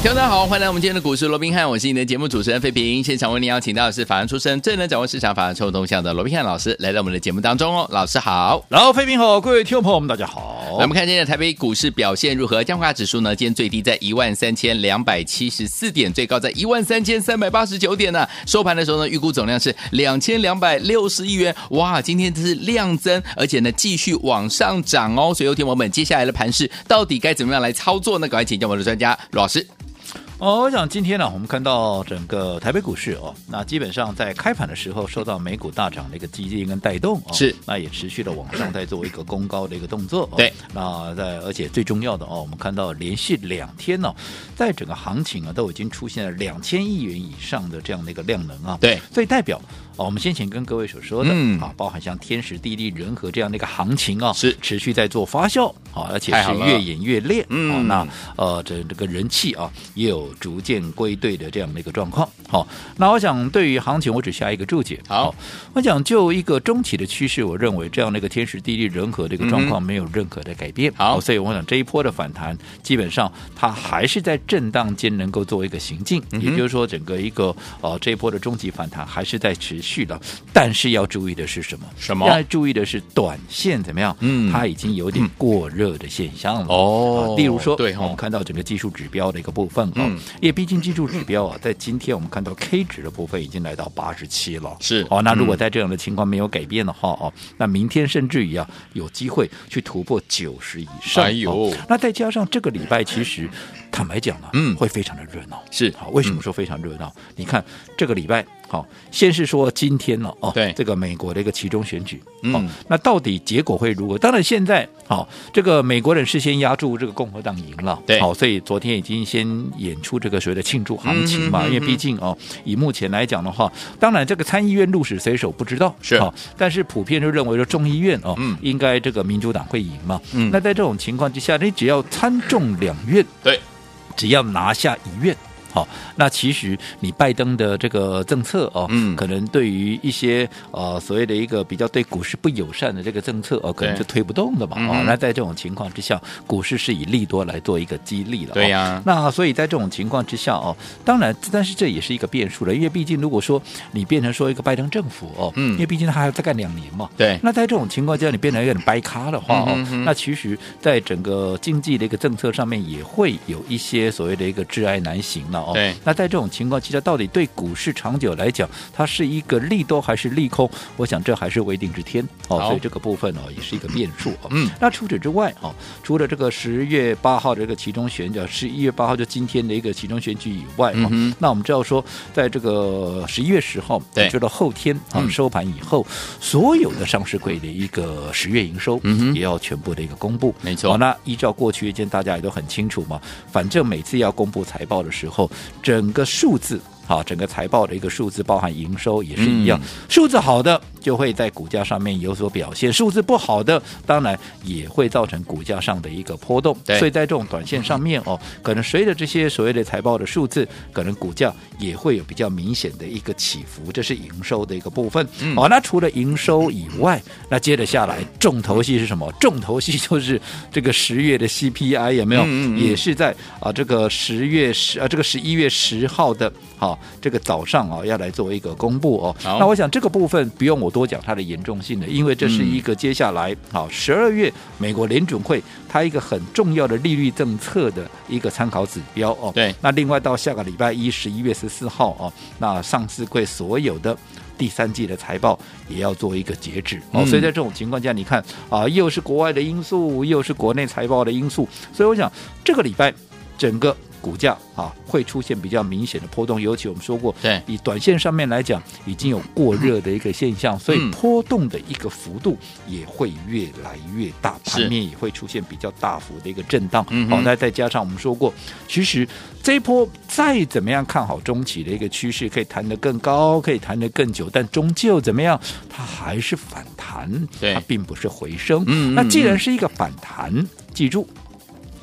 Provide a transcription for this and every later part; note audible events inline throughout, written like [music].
听众大家好，欢迎来我们今天的股市罗宾汉，我是你的节目主持人费平。现场为您邀请到的是法案出身、最能掌握市场法案臭动向的罗宾汉老师，来到我们的节目当中哦。老师好，然后，飞平好，各位听众朋友们，大家好。我们看今天的台北股市表现如何？加化指数呢，今天最低在一万三千两百七十四点，最高在一万三千三百八十九点呢、收盘的时候呢，预估总量是两千两百六十亿元。哇，今天这是量增，而且呢继续往上涨哦。所以，有听友们，接下来的盘势到底该怎么样来操作呢？赶快请教我们的专家罗老师。哦，我想今天呢、我们看到整个台北股市哦，那基本上在开盘的时候受到美股大涨的一个激励跟带动哦，是那也持续的往上在做一个攻高的一个动作、哦。对，那在而且最重要的哦，我们看到连续两天呢、哦，在整个行情啊都已经出现了两千亿元以上的这样的一个量能啊，对所以代表。哦，我们先前跟各位所说的、嗯啊，包含像天时地利人和这样的一个行情啊，是持续在做发酵啊，而且太好是了越演越烈。嗯啊那呃，这这个人气啊，也有逐渐归队的这样的一个状况。好、那我想对于行情，我只下一个注解。啊好我想就一个中期的趋势，我认为这样的一个天时地利人和的一个状况没有任何的改变。嗯好所以我想这一波的反弹，基本上它还是在震荡间能够做一个行进，也就是说，整个一个呃这一波的中期反弹还是在持续的。但是要注意的是什么？什么要注意的是短线怎么样？嗯它已经有点过热的现象了。哦啊例如说，对哦我们看到整个技术指标的一个部分哦，嗯因为毕竟技术指标啊，在今天我们看到 K 值的部分已经来到八十七了，是嗯哦。那如果在这样的情况没有改变的话哦，那明天甚至于啊有机会去突破九十以上。哎呦哦那再加上这个礼拜，其实坦白讲呢、啊嗯会非常的热闹。是嗯好，为什么说非常热闹？你看这个礼拜，好，先是说今天了哦，对这个美国的一个其中选举，嗯好，那到底结果会如何？当然现在，好，这个美国人事先压住这个共和党赢了，哦对好，所以昨天已经先演出这个所谓的庆祝行情嘛，嗯哼因为毕竟哦，以目前来讲的话，当然这个参议院鹿死谁手不知道，是好，但是普遍就认为说众议院哦，嗯应该这个民主党会赢嘛，嗯那在这种情况之下，你只要参众两院。对，只要拿下一院。好，那其实你拜登的这个政策哦，嗯可能对于一些呃所谓的一个比较对股市不友善的这个政策哦，可能对就推不动的嘛。嗯哦，那在这种情况之下，股市是以利多来做一个激励了。哦对呀、那所以在这种情况之下哦，当然，但是这也是一个变数了，因为毕竟如果说你变成说一个拜登政府哦，嗯因为毕竟他还要再干两年嘛，对那在这种情况之下，你变成一个掰咖的话哦，嗯哼哼那其实在整个经济的一个政策上面也会有一些所谓的一个挚爱难行了哦，对那在这种情况之下，到底对股市长久来讲，它是一个利多还是利空？我想这还是未定之天哦，好所以这个部分哦也是一个变数哦。嗯，那除此之外哦，除了这个十月八号的这个其中选举，啊十一月八号就今天的一个其中选举以外哦，嗯哼那我们知道说，在这个十一月十号，对也就到后天啊、嗯收盘以后，所有的上市柜的一个十月营收，嗯哼也要全部的一个公布。哦没错好那依照过去一件大家也都很清楚嘛，反正每次要公布财报的时候，整个数字。好，整个财报的一个数字，包含营收也是一样，嗯数字好的就会在股价上面有所表现，数字不好的当然也会造成股价上的一个波动。对所以在这种短线上面哦，可能随着这些所谓的财报的数字，可能股价也会有比较明显的一个起伏，这是营收的一个部分。嗯哦，那除了营收以外，那接着下来重头戏是什么？重头戏就是这个十月的 CPI 有没有？嗯嗯嗯也是在啊这个十月十啊这个十一月十号的好、这个早上啊要来做一个公布哦。好那我想这个部分不用我多讲它的严重性了，因为这是一个接下嗯来好十二月美国联准会它一个很重要的利率政策的一个参考指标哦。对那另外到下个礼拜一十一月十四号哦，那上市柜所有的。第三季的财报也要做一个截止哦，嗯所以在这种情况下，你看啊，又是国外的因素，又是国内财报的因素，所以我想这个礼拜整个股价啊会出现比较明显的波动，尤其我们说过，对以短线上面来讲，已经有过热的一个现象，所以嗯波动的一个幅度也会越来越大，是盘面也会出现比较大幅的一个震荡。嗯好、哼那再加上我们说过，其实这一波再怎么样看好中期的一个趋势，可以谈得更高，可以谈得更久，但终究怎么样，它还是反弹，对它并不是回升。嗯嗯那既嗯然是一个反弹，记住，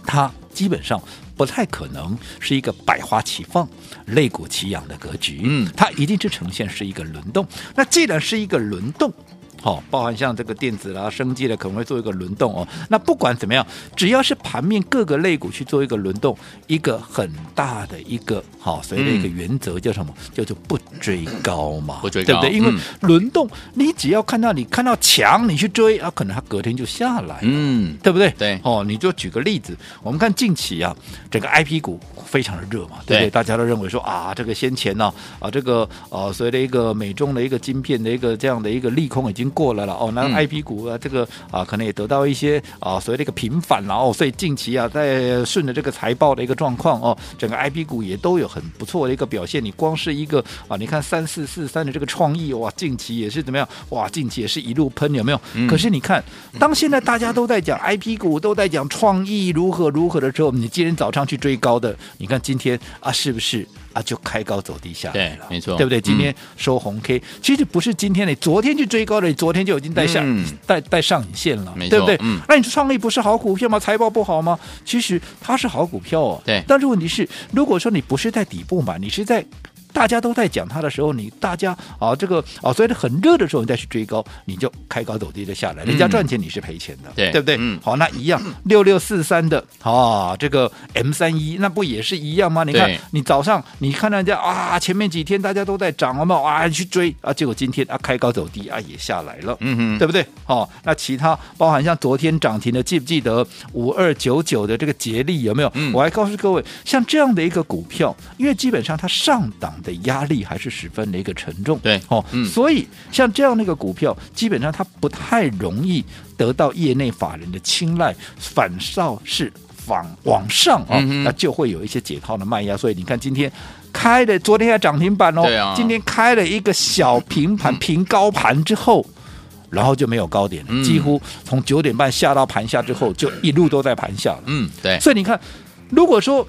它基本上。不太可能是一个百花齐放、肋骨齐扬的格局，嗯它一定是呈现是一个轮动。那既然是一个轮动，好、包含像这个电子啦、生技的，可能会做一个轮动哦。那不管怎么样，只要是盘面各个类股去做一个轮动，一个很大的一个好、所以的一个嗯原则叫什么？叫做不追高嘛，不追对高不对？因为嗯轮动，你只要看到你看到强，你去追啊，可能它隔天就下来了嗯，对不对？对哦，你就举个例子，我们看近期啊，整个 IP 股非常的热嘛，对不对？对大家都认为说啊，这个先前呢、啊，这个呃，所谓的一个美中的一个晶片的一个这样的一个利空已经过来了哦，那嗯 IP 股啊，这个啊，可能也得到一些啊所谓的一个平反了哦，所以近期啊，在顺着这个财报的一个状况哦，整个 IP 股也都有很不错的一个表现。你光是一个啊，你看三四四三的这个创意哇，近期也是怎么样哇，近期也是一路喷，有没有？嗯可是你看，当现在大家都在讲 IP 股，都在讲创意如何如何的时候，你今天早上去追高的，你看今天啊，是不是啊就开高走低下来对了？没错对不对？嗯今天收红 K，、其实不是今天的，昨天去追高的，你昨天就已经带上、嗯带带上影线了没，错对不对？嗯哎那你说创意不是好股票吗？财报不好吗？其实它是好股票哦。对但是问题是，如果说你不是在底部买，你是在。大家都在讲它的时候，你大家啊，这个啊，所以很热的时候，你再去追高，你就开高走低的下来，人家嗯赚钱，你是赔钱的，对对不对？嗯好，那一样六六四三的啊，这个 M 三一，那不也是一样吗？你看对，你早上你看到人家啊，前面几天大家都在涨，有没有啊？去追啊，结果今天啊开高走低啊，也下来了，嗯哼，对不对？好、那其他包含像昨天涨停的，记不记得五二九九的这个捷力有没有？嗯我还告诉各位，像这样的一个股票，因为基本上它上档的压力还是十分的一个沉重，对哦，嗯所以像这样的一个股票，基本上它不太容易得到业内法人的青睐，反倒是。往往上哦，嗯哼那就会有一些解套的卖压，所以你看今天开的，昨天还涨停板哦，对啊今天开了一个小 [laughs] 平盘、平高盘之后，然后就没有高点了，嗯几乎从九点半下到盘下之后，就一路都在盘下了。嗯，对，所以你看，如果说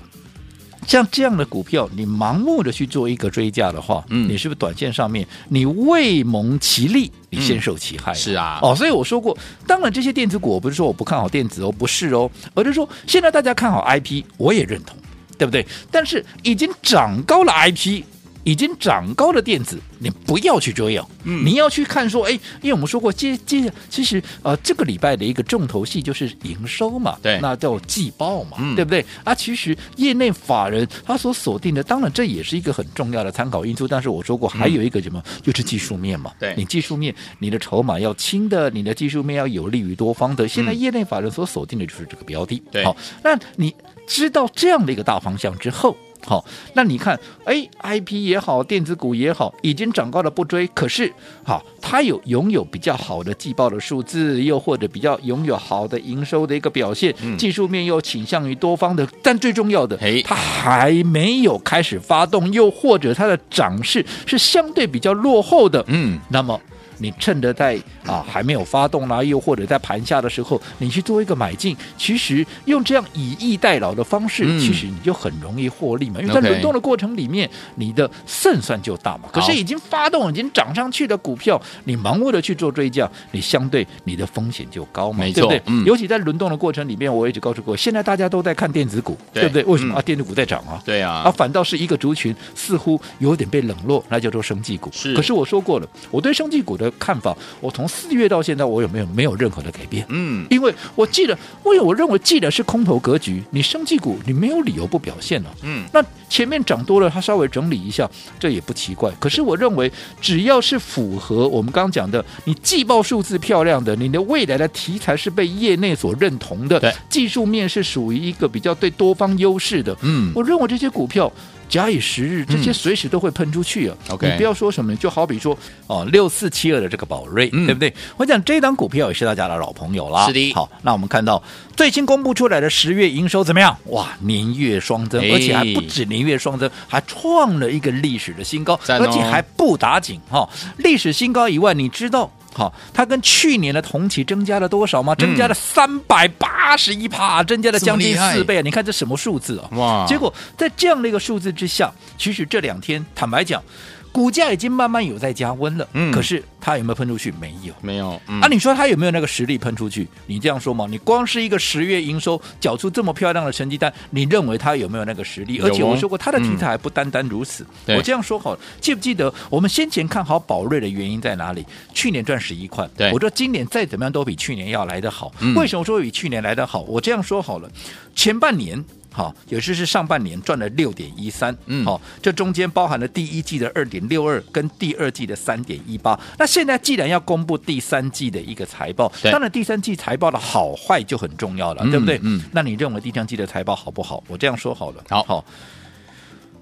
像这样的股票，你盲目的去做一个追价的话，嗯你是不是短线上面你未蒙其利，你嗯先受其害、是啊哦，所以我说过，当然这些电子股，我不是说我不看好电子哦，不是哦，而是说现在大家看好 IP，我也认同，对不对？但是已经涨高了 IP。已经涨高的电子，你不要去追哦，嗯你要去看说，哎，因为我们说过，接接其实呃，这个礼拜的一个重头戏就是营收嘛，对那叫季报嘛，嗯对不对？啊，其实业内法人他所锁定的，当然这也是一个很重要的参考因素，但是我说过，还有一个什么，就是技术面嘛，嗯对你技术面，你的筹码要轻的，你的技术面要有利于多方的。现在业内法人所锁定的就是这个标的。嗯对好，那你知道这样的一个大方向之后。好，那你看，哎，IP 也好，电子股也好，已经涨高了不追，可是，好，它有拥有比较好的季报的数字，又或者比较拥有好的营收的一个表现，嗯技术面又倾向于多方的，但最重要的嘿，它还没有开始发动，又或者它的涨势是相对比较落后的，嗯，那么你趁着在啊还没有发动啦、又或者在盘下的时候，你去做一个买进，其实用这样以逸待劳的方式，嗯其实你就很容易获利嘛。因为在 OK 轮动的过程里面，你的胜算就大嘛。可是已经发动、已经涨上去的股票，你盲目的去做追价，你相对你的风险就高嘛，没对不错对？嗯尤其在轮动的过程里面，我一直告诉过，现在大家都在看电子股，对对不对？为什么、嗯啊？电子股在涨啊，对啊，啊，反倒是一个族群似乎有点被冷落，那叫做生技股。是可是我说过了，我对生技股的看法，我从四月到现在，我有没有没有任何的改变？嗯，因为我记得，因为我认为既然是空头格局，你生技股你没有理由不表现了、哦嗯，那前面涨多了，它稍微整理一下，这也不奇怪。可是我认为，只要是符合我们刚刚讲的，你季报数字漂亮的，你的未来的题材是被业内所认同的对，技术面是属于一个比较对多方优势的，嗯我认为这些股票。假以时日，这些随时都会喷出去啊。 OK 你不要说什么，就好比说哦，六四七二的这个宝瑞，嗯对不对？我讲这档股票也是大家的老朋友了。是的好，那我们看到最新公布出来的十月营收怎么样？哇，年月双增，哎而且还不止年月双增，还创了一个历史的新高，赞哦而且还不打紧哈、历史新高以外，你知道？好，它跟去年的同期增加了多嗯少吗？增加了三百八十一趴，增加了将近这么厉害四倍啊！你看这什么数字啊？哇结果在这样的一个数字之下，其实这两天坦白讲，股价已经慢慢有在加温了。嗯可是它有没有喷出去？没有。没有，嗯啊，你说它有没有那个实力喷出去？你这样说嘛？你光是一个十月营收缴出这么漂亮的成绩单，你认为它有没有那个实力？有哦嗯而且我说过，它的题材还不单单如此。对我这样说好了，记不记得我们先前看好宝瑞的原因在哪里？去年赚十一块，对我说今年再怎么样都比去年要来得好。嗯为什么说比去年来得好？我这样说好了，前半年。好，也就是上半年赚了六点一三，嗯好，这中间包含了第一季的二点六二跟第二季的三点一八。那现在既然要公布第三季的一个财报，对当然第三季财报的好坏就很重要了，嗯对不对？嗯。那你认为第三季的财报好不好？我这样说好了，好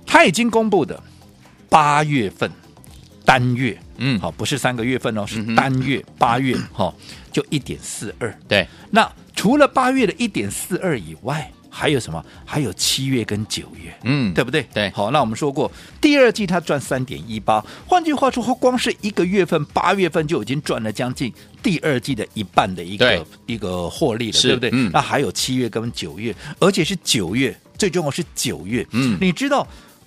他已经公布的八月份单月，嗯好，不是三个月份哦，是嗯哼嗯单月八月，好，就一点四二，对，那除了八月的一点四二以外，还有什么？还有七月跟九月。嗯对不对？对好，那我们说过，第二季它赚三点一八，换句话说，它光是一个月份，八月份就已经赚了将近第二季的一半的一对个一个获利了，是对不对？嗯那还有七月跟九月，而且是九月，最重要是九月。嗯你知道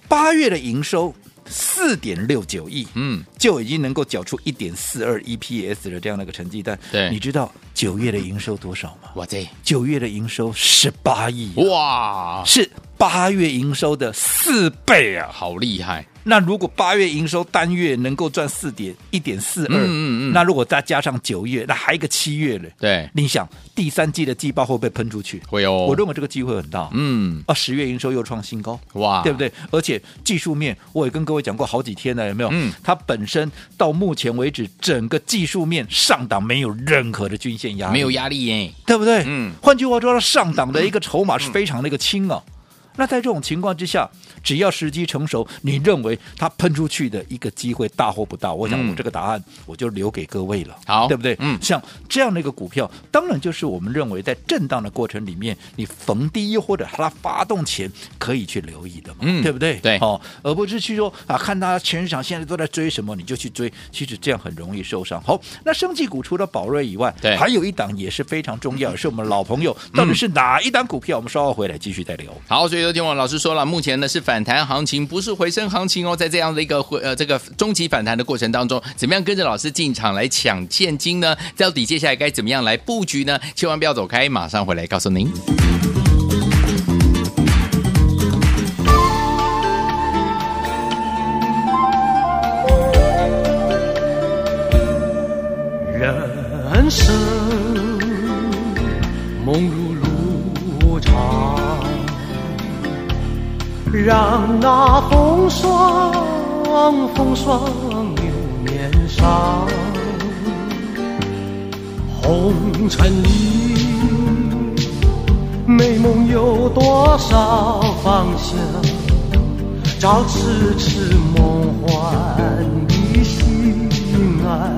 八月的营收四点六九亿，嗯，就已经能够缴出一点四二 EPS 的这样的一个成绩单。对你知道九月的营收多少吗？哇这九月的营收十八亿、哇，是八月营收的四倍啊！好厉害，那如果八月营收单月能够赚四点一点四二，嗯嗯嗯那如果再加上九月，那还有一个七月嘞。对，你想第三季的季报会不会喷出去？会哦，我认为这个机会很大。嗯，啊，十月营收又创新高，哇，对不？对？而且技术面我也跟各位讲过好几天了，有没有？嗯它本身到目前为止，整个技术面上档没有任何的均线压力，没有压力耶，对不对？嗯换句话说，它上档的一个筹码是非常的一个轻啊。那在这种情况之下，只要时机成熟，你认为它喷出去的一个机会大或不大？我想嗯我这个答案我就留给各位了，好对不对？嗯像这样的一个股票，当然就是我们认为在震荡的过程里面，你逢低或者它发动前可以去留意的嘛，嗯对不对？对哦，而不是去说啊，看大家全市场现在都在追什么，你就去追，其实这样很容易受伤。好，那生技股除了宝瑞以外，对嗯还有一档也是非常 [laughs] 重要，也是我们老朋友，到底是哪一档股票？我们稍后回来继续再聊。好，所以昨天我老师说了，目前呢是反弹行情，不是回升行情哦。在这样的一个回呃这个中级反弹的过程当中，怎么样跟着老师进场来抢现金呢？到底接下来该怎么样来布局呢？千万不要走开，马上回来告诉您。人生梦如路长，让那风霜风霜留年伤。红尘里，美梦有多少方向？照痴痴梦幻的心爱，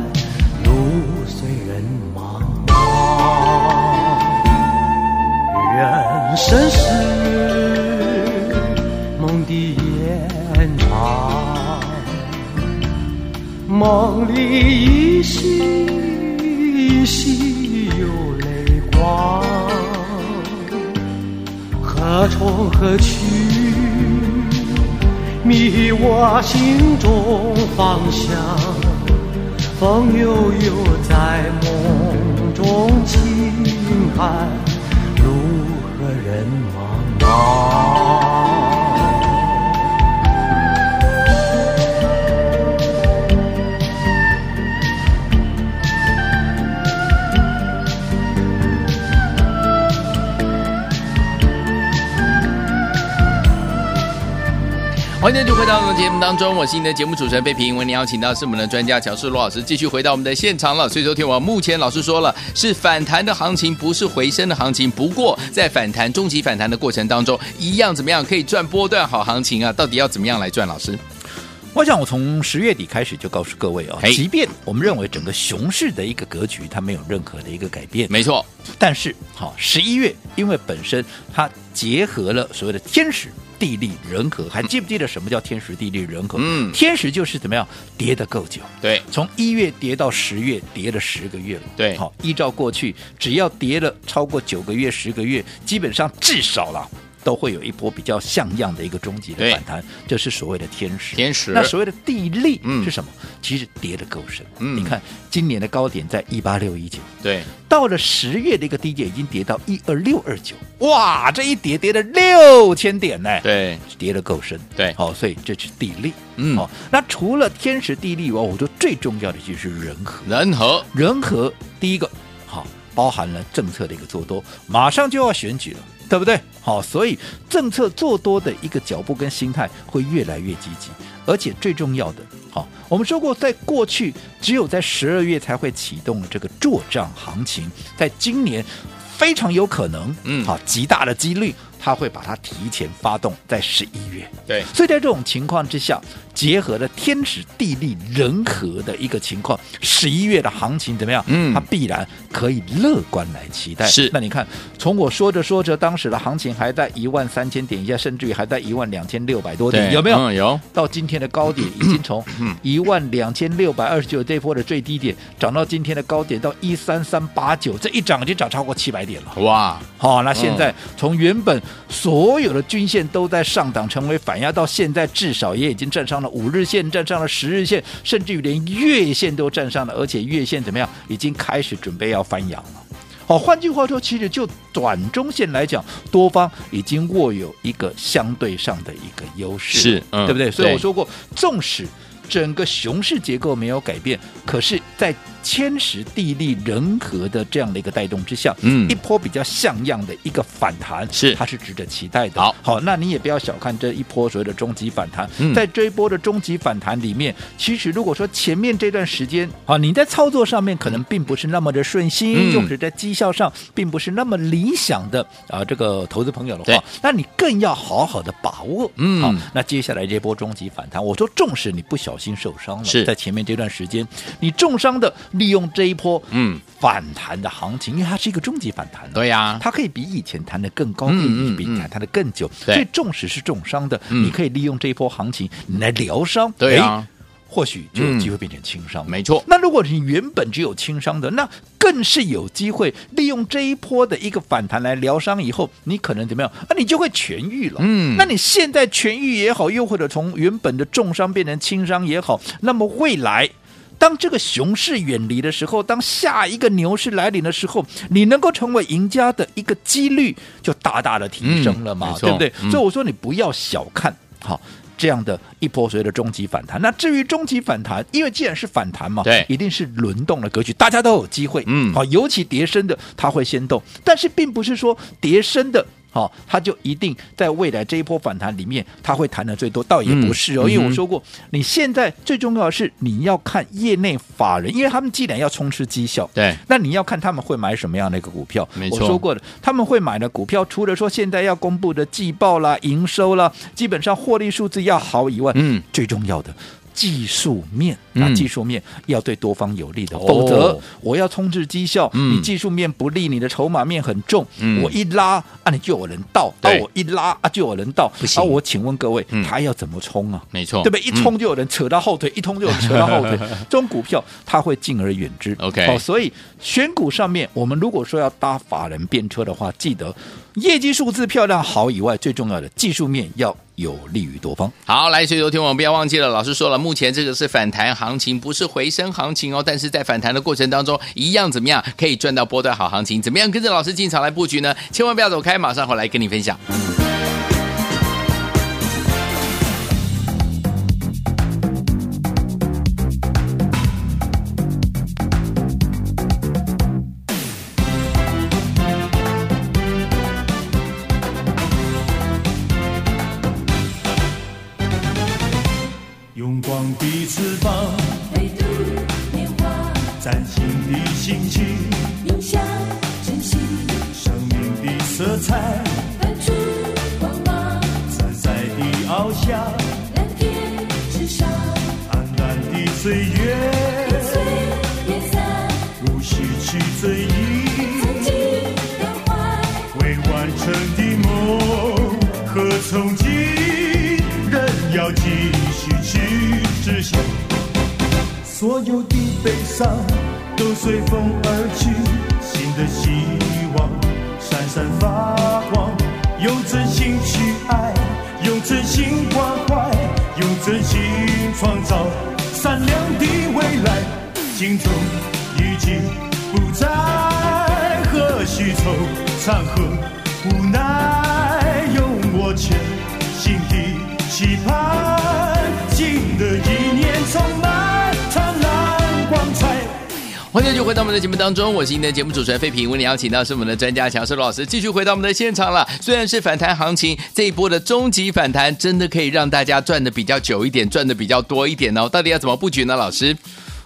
路虽人茫茫，人生是梦的延长，梦里依稀依稀有泪光，何从何去？迷我心中方向，风悠悠在梦中轻叹，路何人茫茫？欢迎继续回到我们的节目当中，我是你的节目主持人费平。为您邀请到是我们的专家乔世罗老师，继续回到我们的现场了。所以昨天我目前老师说了，是反弹的行情，不是回升的行情。不过在反弹、中级反弹的过程当中，一样怎么样可以赚波段好行情啊？到底要怎么样来赚？老师，我想我从十月底开始就告诉各位哦嘿，即便我们认为整个熊市的一个格局它没有任何的一个改变，没错，但是好十一月，因为本身它结合了所谓的天时。地利人和，还记不记得什么叫天时地利人和？嗯天时就是怎么样跌得够久，对，从一月跌到十月，跌了十个月了。对好，依照过去，只要跌了超过九个月、十个月，基本上至少啦。都会有一波比较像样的一个终极的对反弹，这是所谓的天时。天时那所谓的地利嗯是什么？其实跌得够深。嗯你看今年的高点在一八六一九，对，到了十月的一个低点已经跌到一二六二九，哇，这一跌跌了六千点呢。对，跌得够深，对好、所以这是地利，嗯好、那除了天时地利以外，我觉得最重要的就是人和，人和，人和第一个好、包含了政策的一个做多，马上就要选举了。对不对？好，所以政策做多的一个脚步跟心态会越来越积极，而且最重要的，好，我们说过，在过去只有在十二月才会启动这个做账行情，在今年非常有可能，嗯好，极大的几率它会把它提前发动在十一月，对，所以在这种情况之下，结合了天时地利人和的一个情况，十一月的行情怎么样？嗯它必然可以乐观来期待。是那你看，从我说着说着，当时的行情还在一万三千点以下，甚至于还在一万两千六百多点，对，有没有？嗯，有，嗯到今天的高点已经从一万两千六百二十九这一波的最低点涨到今天的高点到一三三八九，这一涨已经涨超过七百点了。哇，好、那现嗯在从原本所有的均线都在上档成为反压，到现在至少也已经站上了五日线，站上了十日线，甚至于连月线都站上了，而且月线怎么样，已经开始准备要翻阳了。好，换句话说，其实就短中线来讲，多方已经握有一个相对上的一个优势，是嗯对不对？所以对我说过，纵使整个熊市结构没有改变，可是，在天时地利人和的这样的一个带动之下，嗯一波比较像样的一个反弹，是它是值得期待的。好那你也不要小看这一波所谓的终极反弹。嗯在这一波的终极反弹里面，其实如果说前面这段时间啊，你在操作上面可能并不是那么的顺心，嗯又或者在绩效上并不是那么理想的啊，这个投资朋友的对话，那你更要好好的把握。嗯好，那接下来这波终极反弹，我说纵使你不小心受伤了，是在前面这段时间，你重伤的利用这一波嗯反弹的行情，因为它是一个终极反弹、啊，对呀，它可以比以前弹的更高，可嗯以比嗯以前弹的更久。对所以纵使是重伤的，嗯你可以利用这一波行情，你来疗伤。对啊嗯呀诶或许就有机会变成轻伤、没错，那如果你原本只有轻伤的，那更是有机会利用这一波的一个反弹来疗伤，以后你可能怎么样啊？你就会痊愈了。嗯那你现在痊愈也好，又或者从原本的重伤变成轻伤也好，那么未来。当这个熊市远离的时候，当下一个牛市来临的时候，你能够成为赢家的一个几率就大大的提升了嗯嘛，没错对不对？嗯所以我说你不要小看好这样的一波所谓的终极反弹。那至于终极反弹，因为既然是反弹嘛，对一定是轮动的格局，大家都有机会。嗯好，尤其叠升的，它会先动，但是并不是说叠升的。好、它就一定在未来这一波反弹里面，它会弹的最多，倒也不是哦，嗯因嗯为我哼说过，你现在最重要的是你要看业内法人，因为他们既然要冲刺绩效，对，那你要看他们会买什么样的一个股票。没我错说过的，他们会买的股票，除了说现在要公布的季报啦、营收啦，基本上获利数字要好以外，嗯，最重要的。技术面啊，嗯技术面要对多方有利的，哦否则我要冲至绩效，嗯你技术面不利，你的筹码面很重，嗯我一拉啊，你就有人到，啊对，我一拉啊就有人到，不行啊，我请问各位嗯，他要怎么冲啊？没错，对不对？一冲就有人扯到后腿，一冲就有人扯到后腿。这种股票它会敬而远之。 OK 好、所以选股上面，我们如果说要搭法人便车的话，记得业绩数字漂亮好以外，最重要的技术面要有利于多方。好，来，所以昨天我们不要忘记了，老师说了，目前这个是反弹行情，不是回升行情哦。但是在反弹的过程当中，一样怎么样可以赚到波段好行情？怎么样跟着老师进场来布局呢？千万不要走开，马上回来跟你分享。崭新的心情，用笑珍惜，生命的色彩，喷出光芒，三赛的翱翔，蓝天之上，黯淡的岁烟月，随烟散，如洗去追忆，曾经的怀，未完成的梦和憧憬，仍要继续去执行。所有的悲伤都随风而去，新的希望闪闪发光。用真心去爱，用真心关怀，用真心创造善良的未来。青春已经不再，何须惆怅和无奈？用我全新的期盼，新的一年充满灿烂光彩。欢迎继续回到我们的节目当中，我是今天的节目主持人费平，为您邀请到是我们的专家强硕罗老师，继续回到我们的现场了。虽然是反弹行情，这一波的终极反弹真的可以让大家赚的比较久一点，赚的比较多一点哦。到底要怎么布局呢？老师，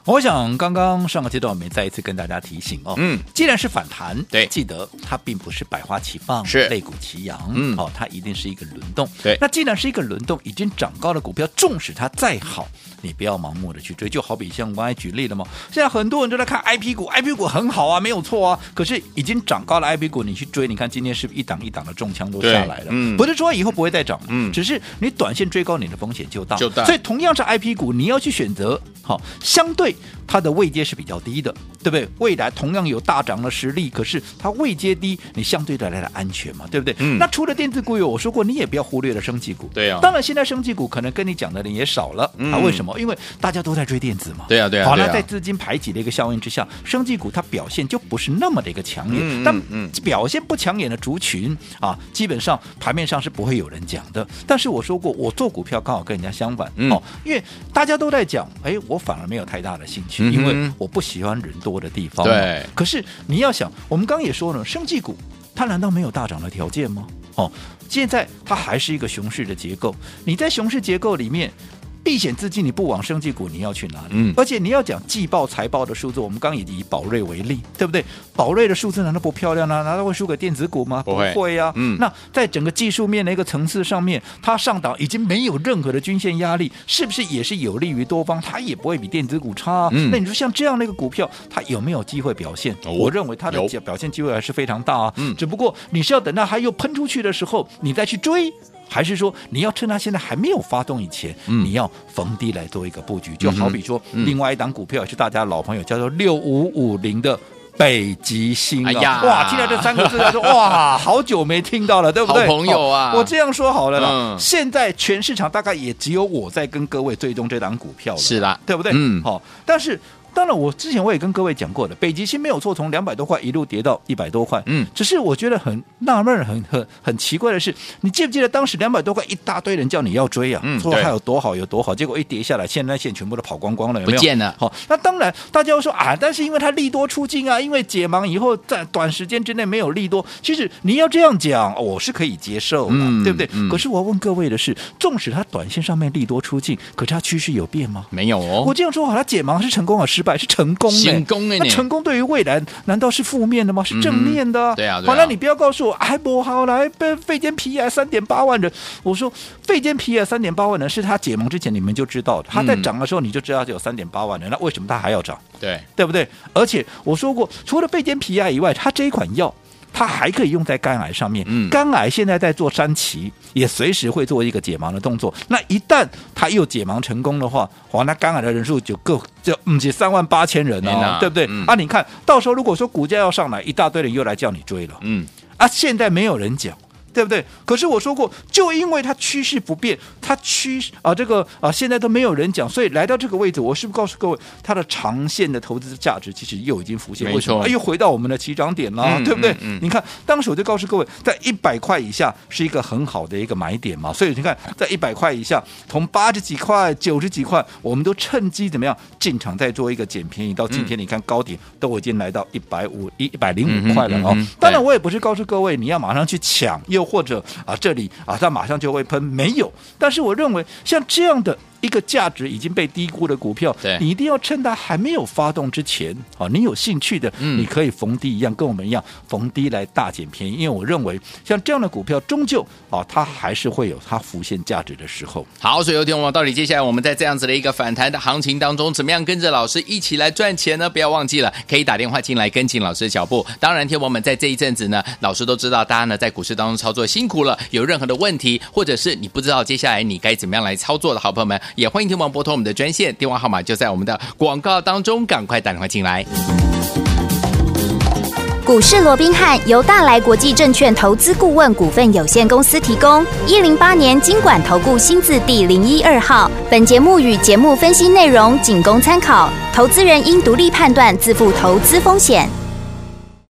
我想刚刚上个阶段我们再一次跟大家提醒哦，嗯，既然是反弹，对记得它并不是百花齐放，是肋骨齐扬，嗯哦，它一定是一个轮动，对那既然是一个轮动，已经涨高的股票，纵使它再好，你不要盲目的去追，就好比像我刚才举例了嘛，现在很多人都在看 I P 股，I P 股很好啊，没有错啊，可是已经涨高了 I P 股，你去追，你看今天是不是一档一档的中枪都对下来了？嗯不是说以后不会再涨，嗯只是你短线追高，你的风险就大，就大所以同样是 I P 股，你要去选择好，相对它的位阶是比较低的，对不对？未来同样有大涨的实力，可是它位阶低，你相对的来的安全嘛，对不对？嗯那除了电子股有，我说过你也不要忽略了升级股。对啊当然现在升级股可能跟你讲的人也少了、啊，嗯为什么？因为大家都在追电子嘛。对啊对啊好，对啊那在资金排挤的一个效应之下，升级股它表现就不是那么的一个抢眼。嗯嗯但嗯表现不抢眼的族群啊，基本上盘面上是不会有人讲的。但是我说过，我做股票刚好跟人家相反、嗯哦，因为大家都在讲，哎，我反而没有太大的兴趣，嗯哼因为我不喜欢人多的地方。对可是你要想，我们刚刚也说了，生技股它难道没有大涨的条件吗？哦，现在它还是一个熊市的结构，你在熊市结构里面。避险资金你不往生技股，你要去哪里？嗯而且你要讲季报、财报的数字，我们刚刚也以宝瑞为例，对不对？宝瑞的数字难道不漂亮吗？难道会输给电子股吗？不会呀、嗯啊那在整个技术面的一个层次上面，它上档已经没有任何的均线压力，是不是也是有利于多方？它也不会比电子股差啊、嗯那你说像这样的一个股票，它有没有机会表现？哦我认为它的有表表现机会还是非常大啊。嗯只不过你是要等到它又喷出去的时候，你再去追。还是说你要趁它现在还没有发动以前，嗯你要逢低来做一个布局？就好比说，嗯另外一档股票也是大家老朋友，叫做六五五零的北极星啊！哎呀哇，听到这三个字，他说哇，好久没听到了，对不对？好朋友啊哦我这样说好了啦，嗯现在全市场大概也只有我在跟各位追踪这档股票了，是啦对不对？嗯好、但是当然，我之前我也跟各位讲过的，北极星没有错，从两百多块一路跌到一百多块，嗯只是我觉得很纳闷儿、很很很奇怪的是，你记不记得当时两百多块一大堆人叫你要追啊，嗯说它对有多好有多好，结果一跌下来，现在线全部都跑光光了，有没有？不见了好、那当然大家会说啊，但是因为它利多出尽啊，因为解盲以后在短时间之内没有利多，其实你要这样讲，哦我是可以接受的，嗯对不对？嗯可是我要问各位的是，纵使它短线上面利多出尽，可是它趋势有变吗？没有哦我，这样说好，它解盲是成功还是啊失败？是成功欸，成功欸那你成功对于未来难道是负面的吗？是正面的、嗯对啊对啊好，那你不要告诉我，哎，不好来被费坚皮尔三点八万人。我说费坚皮尔三点八万人是他解盲之前你们就知道的，他在嗯涨的时候你就知道它有三点八万人，那为什么他还要涨？对，对不对？而且我说过，除了肺间皮癌以外，它这一款药。它还可以用在肝癌上面，嗯肝癌现在在做三期，也随时会做一个解盲的动作。那一旦它又解盲成功的话，哇，那肝癌的人数就够，就嗯，就三万八千人天哦哪，对不对？嗯啊，你看到时候如果说股价要上来，一大堆人又来叫你追了，嗯，啊，现在没有人讲。对不对？可是我说过，就因为它趋势不变，它趋势啊，这个啊，现在都没有人讲，所以来到这个位置，我是不是告诉各位，它的长线的投资价值其实又已经浮现？没为什么？错哎又回到我们的起涨点了，嗯对不对？嗯嗯你看，当时我就告诉各位，在一百块以下是一个很好的一个买点嘛，所以你看，在一百块以下，从八十几块、九十几块，我们都趁机怎么样进场，再做一个捡便宜。到今天你看高点都已经来到一百五、一一百零五块了哦。嗯哼嗯哼当然，对我也不是告诉各位你要马上去抢，又或者啊这里啊它马上就会喷，没有。但是我认为像这样的。一一个价值已经被低估的股票，对你一定要趁它还没有发动之前，好，你有兴趣的，嗯你可以逢低一样跟我们一样逢低来大捡便宜，因为我认为像这样的股票，终究啊，它还是会有它浮现价值的时候。好，所以有天我们到底接下来我们在这样子的一个反弹的行情当中，怎么样跟着老师一起来赚钱呢？不要忘记了，可以打电话进来跟紧老师的脚步。当然，天王们在这一阵子呢，老师都知道大家呢在股市当中操作辛苦了，有任何的问题，或者是你不知道接下来你该怎么样来操作的好朋友们，也欢迎天王拨通我们的专线，电话号码就在我们的广告当中，赶快打电话进来。股市罗宾汉由大来国际证券投资顾问股份有限公司提供，一零八年经管投顾新字第零一二号。本节目与节目分析内容仅供参考，投资人应独立判断，自负投资风险。